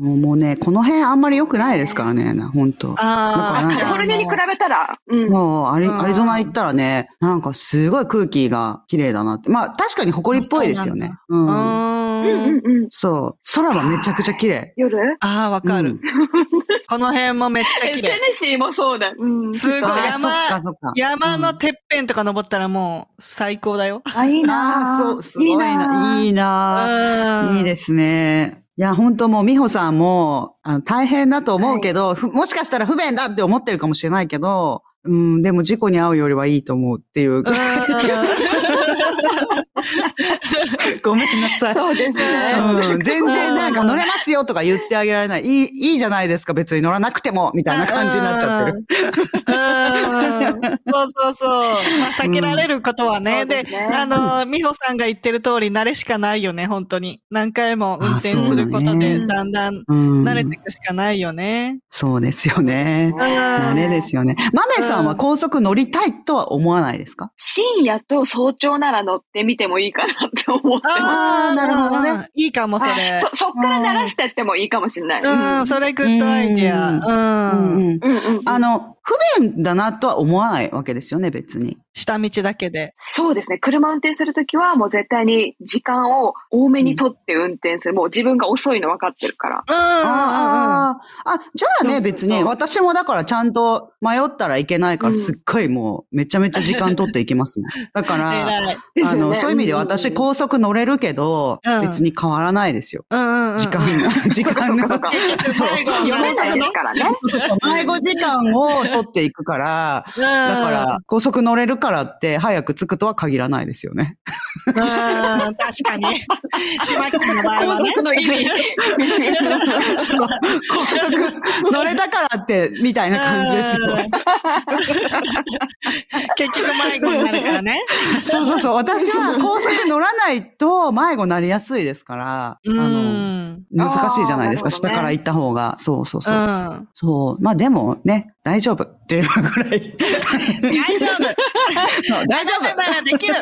Speaker 3: もうもうね、この辺あんまり良くないですからね、な本当
Speaker 1: あ
Speaker 2: ー
Speaker 3: なんか
Speaker 2: あ、カリフォルニアに比べたら、うん。
Speaker 3: もうアリ、
Speaker 1: うん
Speaker 3: アリゾナ行ったらね、なんかすごい空気が綺麗だなって。まあ確かに埃っぽいですよね。
Speaker 1: う。
Speaker 3: うん。
Speaker 2: うんうんんうん。
Speaker 3: そう。空はめちゃくちゃ綺麗。
Speaker 2: 夜
Speaker 1: ああ、わか
Speaker 3: うん
Speaker 1: る。この辺もめっちゃ
Speaker 2: え、テ
Speaker 1: 綺麗。
Speaker 2: ネシーもそうだ。うん。
Speaker 1: すごい
Speaker 2: ちょっと
Speaker 3: あ
Speaker 2: あ
Speaker 3: ー、そ
Speaker 1: 山
Speaker 3: っかそっか。
Speaker 1: 山のてっぺんとか登ったらもう最高だよ。
Speaker 2: あ、いい
Speaker 3: あ
Speaker 2: な
Speaker 3: あ、
Speaker 2: ー
Speaker 3: そう、すごいな。い
Speaker 2: い
Speaker 3: いな。いい
Speaker 1: い
Speaker 3: ですね。いや、本当もう、美穂さんも、あの大変だと思うけど、ふもしかしたら不便だって思ってるかもしれないけど、うん、でも事故に遭うよりはいいと思うっていう。 ごめんなさい。
Speaker 2: そうですね。
Speaker 3: うん、全然なんか乗れますよとか言ってあげられない。いい、いいじゃないですか、別に乗らなくても、みたいな感じになっちゃってる。
Speaker 1: うんうんそうそうそう。まあ、避けられることはね。
Speaker 2: うん
Speaker 1: で
Speaker 2: そうですね
Speaker 1: あの、美穂さんが言ってる通り、慣れしかないよね、本当に。何回も運転すること
Speaker 3: あ
Speaker 1: で、
Speaker 2: そうだね
Speaker 1: だんだん
Speaker 3: うん、
Speaker 1: 慣れていくしかないよね。
Speaker 3: そうですよね。慣れですよね。マメさんは高速乗りたいとは思わないですか、
Speaker 2: 深夜と早朝なら乗ってみてもいいかなって思ってます。
Speaker 3: あーなるほどね。
Speaker 1: いいかも、そ
Speaker 2: あ
Speaker 1: れ。
Speaker 2: そ、そっから慣らしてってもいいかもしれない。
Speaker 1: うん、それグッドアイディア。
Speaker 3: うん、
Speaker 1: うん。
Speaker 3: うん。
Speaker 2: うんうんうん
Speaker 3: あの、不便だなとは思わないわけですよね、別に。
Speaker 1: 下道だけで。
Speaker 2: そうですね。車運転するときはもう絶対に時間を多めに取って運転する。もう自分が遅いの分かってるから。
Speaker 1: うん、うん、うん。
Speaker 3: あーあー、あ、じゃあね、
Speaker 2: そうそうそう
Speaker 3: 別に、私もだからちゃんと迷ったらいけないから、
Speaker 2: うん
Speaker 3: すっごいもう、めちゃめちゃ時間取っていきますもん。だから、
Speaker 1: 偉い。
Speaker 2: です
Speaker 3: あ
Speaker 2: よ
Speaker 3: の、
Speaker 2: ね。
Speaker 3: そういう意味で
Speaker 2: んん
Speaker 3: 私、高速乗れるけど、
Speaker 1: うん
Speaker 3: 別に変わらないですよ。
Speaker 1: うんうんうん。
Speaker 3: 時間が、 時
Speaker 2: そっかそ
Speaker 3: 間
Speaker 2: っかそっ
Speaker 3: が。
Speaker 2: か。
Speaker 3: そう
Speaker 1: 最後は
Speaker 2: 読めないですからね。
Speaker 3: 迷子時間を取っていくから、
Speaker 1: うん
Speaker 3: だから、高速乗れるからって、早く着くとは限らないですよね。
Speaker 1: うん、確か に。島木の場合
Speaker 2: 高
Speaker 1: はね。
Speaker 2: 速の意味。
Speaker 3: そう高速乗れたからって、みたいな感じですよ。
Speaker 1: 結局迷子になるからね。
Speaker 3: そうそうそう。私は高速乗らないと迷子になりやすいですから、あ
Speaker 1: う
Speaker 3: の、
Speaker 1: ん。
Speaker 3: 難しいじゃないですか。
Speaker 2: あーなるほど
Speaker 3: 下
Speaker 2: ね
Speaker 3: から行った方が。そうそう
Speaker 1: う
Speaker 3: そう。
Speaker 1: ん。
Speaker 3: そう。まあでもね、大丈夫っていうぐらい。
Speaker 1: 大丈夫。
Speaker 3: そう大丈
Speaker 1: あなたならできる。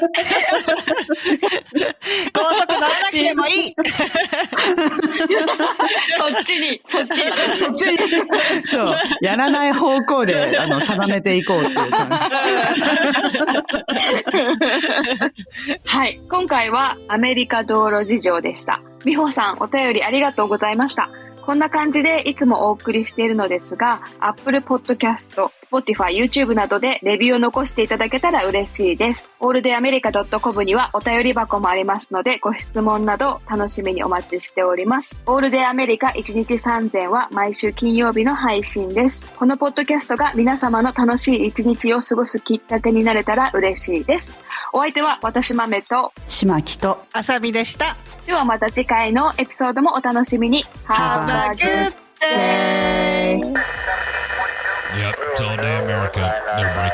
Speaker 1: 高速乗らなくても いい。
Speaker 2: そっちに、そっちに。
Speaker 3: 夫そ っちに、 そう、やらない方向で、あの、定めていこうっていう感じ。
Speaker 2: はい。今回はアメリカ道路事情でした。美穂さん、お便りありがとうございました。こんな感じでいつもお送りしているのですが、Apple Podcast、Spotify、YouTube などでレビューを残していただけたら嬉しいです。オールデイアメリカ .com にはお便り箱もありますので、ご質問など楽しみにお待ちしております。オールデイアメリカ1日3000は毎週金曜日の配信です。このポッドキャストが皆様の楽しい一日を過ごすきっかけになれたら嬉しいです。お相手は私まめと、
Speaker 3: 島木と、
Speaker 1: あさみでした。
Speaker 2: せではまた次回のエピソードもお楽しみに。
Speaker 1: Have a good day!
Speaker 4: Yep, it's all day America. They're breaking.